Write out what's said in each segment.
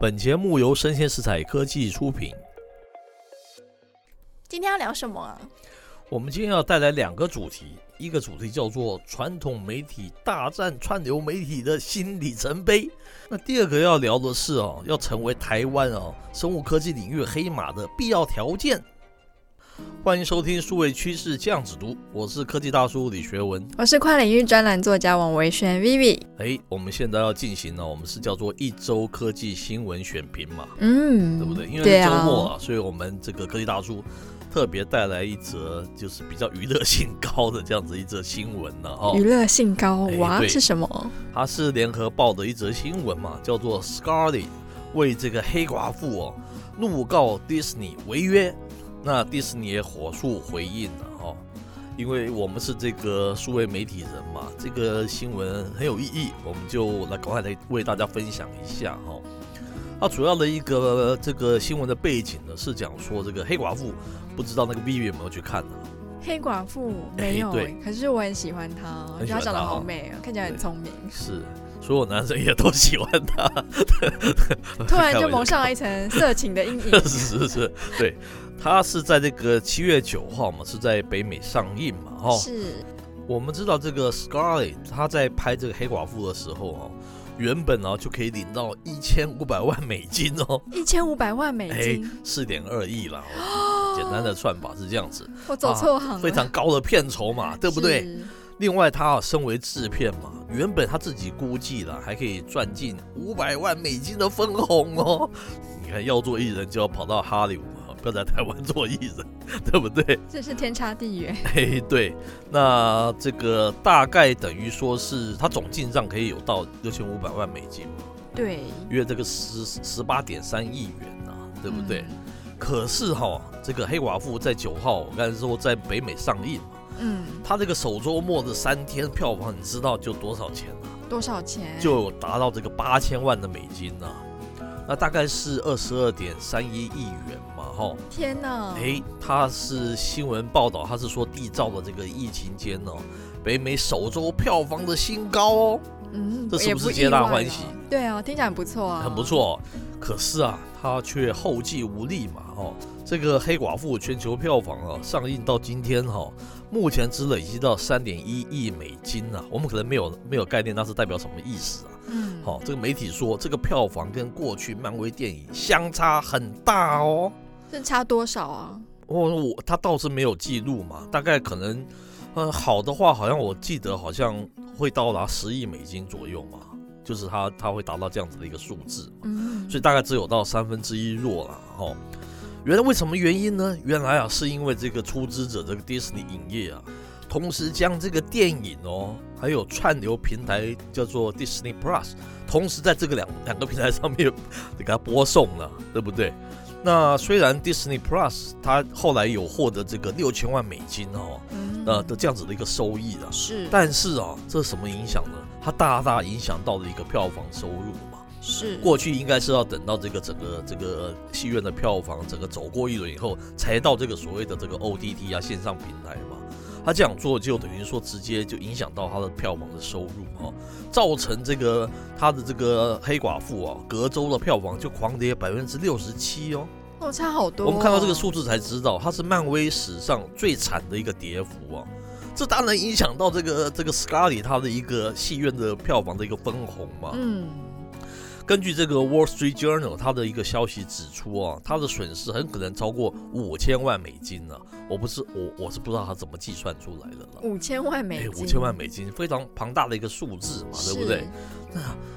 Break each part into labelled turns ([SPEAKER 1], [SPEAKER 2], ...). [SPEAKER 1] 本节目由生鲜食材科技出品。
[SPEAKER 2] 今天要聊什么啊？
[SPEAKER 1] 我们今天要带来两个主题，一个主题叫做“传统媒体大战串流媒体的新里程碑”，那第二个要聊的是哦，要成为台湾哦生物科技领域黑马的必要条件。欢迎收听数位趋势这样子读，我是科技大叔李学文。
[SPEAKER 2] 我是跨领域专栏作家王维轩 Vivi。
[SPEAKER 1] 哎，我们现在要进行呢，我们是叫做一周科技新闻选评嘛，
[SPEAKER 2] 嗯，
[SPEAKER 1] 对不对？因为是
[SPEAKER 2] 对啊
[SPEAKER 1] 周末啊，所以我们这个科技大叔特别带来一则就是比较娱乐性高的这样子一则新闻了哦
[SPEAKER 2] 娱。乐性高
[SPEAKER 1] 哎
[SPEAKER 2] 哇
[SPEAKER 1] 对
[SPEAKER 2] 是什么？
[SPEAKER 1] 它是联合报的一则新闻嘛，叫做 Scarlett 为这个黑寡妇哦怒告迪士尼违约，那迪士尼也火速回应了哦，因为我们是这个数位媒体人嘛，这个新闻很有意义，我们就来赶快来为大家分享一下哦。它主要的一个呃这个新闻的背景呢，是讲说这个黑寡妇，不知道那个 Vivi 有没有去看呢、
[SPEAKER 2] 黑寡妇
[SPEAKER 1] 哎
[SPEAKER 2] 没有、
[SPEAKER 1] 对
[SPEAKER 2] 哎，可是我很喜欢她，我
[SPEAKER 1] 很喜
[SPEAKER 2] 觉得她
[SPEAKER 1] 欢
[SPEAKER 2] 长得
[SPEAKER 1] 她
[SPEAKER 2] 好
[SPEAKER 1] 哦
[SPEAKER 2] 美啊，看起来很
[SPEAKER 1] 对
[SPEAKER 2] 聪明，
[SPEAKER 1] 是，所有男生也都喜欢她。
[SPEAKER 2] 突
[SPEAKER 1] 开
[SPEAKER 2] 然就
[SPEAKER 1] 玩
[SPEAKER 2] 蒙
[SPEAKER 1] 笑。
[SPEAKER 2] 上了一层色情的阴影
[SPEAKER 1] 是是是，对，它是在这个七月九号嘛，是在北美上映嘛， 哦，
[SPEAKER 2] 是，
[SPEAKER 1] 我们知道这个 Scarlett 她在拍这个黑寡妇的时候哦，原本哦就可以领到一千五百万美金哦，哎
[SPEAKER 2] 一千五百万美金，
[SPEAKER 1] 四点二亿啦、 哦，简单的算法是这样子，
[SPEAKER 2] 我走
[SPEAKER 1] 啊
[SPEAKER 2] 错行了，
[SPEAKER 1] 非常高的片酬嘛，对不对？
[SPEAKER 2] 是？
[SPEAKER 1] 另外，他啊身为制片嘛，原本他自己估计了还可以赚进五百万美金的分红哦。你看，要做艺人就要跑到哈利伍嘛，不要在台湾做艺人，对不对？
[SPEAKER 2] 这是天差地远。
[SPEAKER 1] 嘿，对。那这个大概等于说是他总进账可以有到六千五百万美金嘛，
[SPEAKER 2] 对，
[SPEAKER 1] 约这个十十八点三亿元啊，对不对？可是哈、这个黑寡妇在九号，我刚才说在北美上映嘛，
[SPEAKER 2] 嗯？
[SPEAKER 1] 他这个首周末的三天票房，你知道就多少钱啊？
[SPEAKER 2] 嗯，多少钱？
[SPEAKER 1] 就有达到这个八千万的美金呢、那大概是二十二点三一亿元嘛，哈。
[SPEAKER 2] 天哪！
[SPEAKER 1] 诶，它是新闻报道，它是说缔造了这个疫情间哦，北美首周票房的新高哦，
[SPEAKER 2] 嗯，
[SPEAKER 1] 这是
[SPEAKER 2] 也
[SPEAKER 1] 不
[SPEAKER 2] 不
[SPEAKER 1] 是
[SPEAKER 2] 意
[SPEAKER 1] 皆大
[SPEAKER 2] 外
[SPEAKER 1] 欢
[SPEAKER 2] 了
[SPEAKER 1] 喜？
[SPEAKER 2] 对啊，听起来很不错啊，
[SPEAKER 1] 很不。错、哦。可是啊，它却后继无力嘛，哦。这个黑寡妇全球票房啊，上映到今天哈、目前只累积到三点一亿美金啊，我们可能没有没有概念，那是代表什么意思啊？
[SPEAKER 2] 嗯，
[SPEAKER 1] 好、这个媒体说这个票房跟过去漫威电影相差很大哦。
[SPEAKER 2] 这差多少啊？
[SPEAKER 1] 我我他倒是没有记录嘛，大概可能，嗯，好的话好像我记得好像会到达十亿美金左右嘛，就是他他会达到这样子的一个数字，
[SPEAKER 2] 嗯，
[SPEAKER 1] 所以大概只有到三分之一弱了哦。原来为什么原因呢？原来啊是因为这个出资者这个迪士尼影业啊，同时将这个电影哦，还有串流平台叫做 Disney Plus，同时在这个两两个平台上面给它播送了，对不对？那虽然 Disney Plus 它后来有获得这个六千万美金哦，
[SPEAKER 2] 嗯
[SPEAKER 1] 呃的这样子的一个收益啊，
[SPEAKER 2] 是，
[SPEAKER 1] 但是啊，这是什么影响呢？它大大影响到了一个票房收入嘛。
[SPEAKER 2] 是
[SPEAKER 1] 过去应该是要等到这个整个这个戏院的票房整个走过一轮以后，才到这个所谓的这个 OTT 啊线上平台嘛。他这样做就等于说直接就影响到他的票房的收入哦，造成这个他的这个黑寡妇啊，隔周的票房就狂跌百分之六十七哦。
[SPEAKER 2] 哦，差好多、
[SPEAKER 1] 我们看到这个，数字才知道，它是漫威史上最惨的一个跌幅啊。这当然影响到这个这个 Scarlett 他的一个戏院的票房的一个分红嘛。
[SPEAKER 2] 嗯，
[SPEAKER 1] 根据这个 Wall Street Journal 它的一个消息指出啊，它的损失很可能超过五千万美金呢、我不是我我是不知道它怎么计算出来的了。哎
[SPEAKER 2] 五千万美金，
[SPEAKER 1] 五千万美金，非常庞大的一个数字嘛，对不
[SPEAKER 2] 是
[SPEAKER 1] 对？？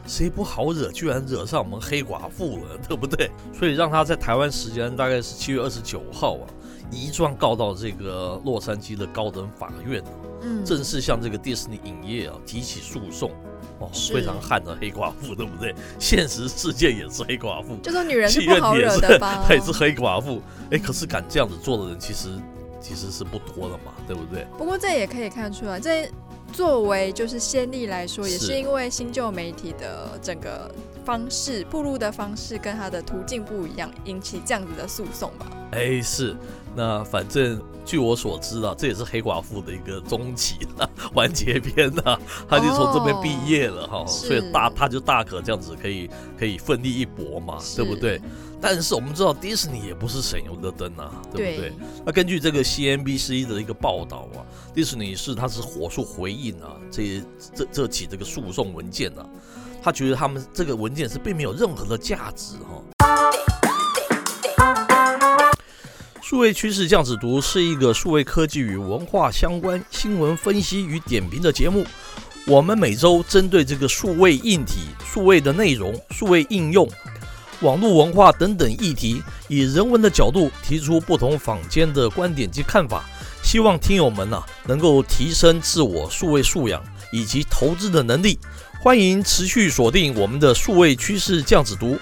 [SPEAKER 1] 谁不好惹，居然惹上我们黑寡妇了，对不对？所以让他在台湾时间大概是七月二十九号啊，一状告到这个洛杉矶的高等法院啊
[SPEAKER 2] 嗯，
[SPEAKER 1] 正式向这个迪士尼影业啊提起诉讼。哦，
[SPEAKER 2] 是
[SPEAKER 1] 非常悍的黑寡妇，对不对？ 现实世界也是黑寡妇，
[SPEAKER 2] 就说女人是
[SPEAKER 1] 戏
[SPEAKER 2] 不
[SPEAKER 1] 院
[SPEAKER 2] 好
[SPEAKER 1] 也
[SPEAKER 2] 惹
[SPEAKER 1] 是
[SPEAKER 2] 的吧？
[SPEAKER 1] 她也是黑寡妇。哎，可是敢这样子做的人，其实其实是不多的嘛，对不对？
[SPEAKER 2] 不过这也可以看出来，这作为就是先例来说，也
[SPEAKER 1] 是
[SPEAKER 2] 是因为新旧媒体的整个方式、铺路的方式跟它的途径不一样，引起这样子的诉讼吧。
[SPEAKER 1] 哎，是，那反正据我所知啊，这也是黑寡妇的一个终极了完结篇呐、她就从这边毕业了哈、
[SPEAKER 2] 哦是
[SPEAKER 1] 所以大她就大可这样子可以可以奋力一搏嘛，
[SPEAKER 2] 是
[SPEAKER 1] 对不对？但是我们知道迪士尼也不是省油的灯啊，对不对
[SPEAKER 2] 对？
[SPEAKER 1] 那根据这个 CNBC 的一个报道啊，迪士尼是它是火速回应啊这这这起这个诉讼文件啊，他觉得他们这个文件是并没有任何的价值哈、数位趋势这样子读是一个数位科技与文化相关新闻分析与点评的节目。我们每周针对这个数位硬体、数位的内容、数位应用、网络文化等等议题，以人文的角度提出不同坊间的观点及看法，希望听友们呐、能够提升自我数位素养以及投资的能力。欢迎持续锁定我们的数位趋势酱子读。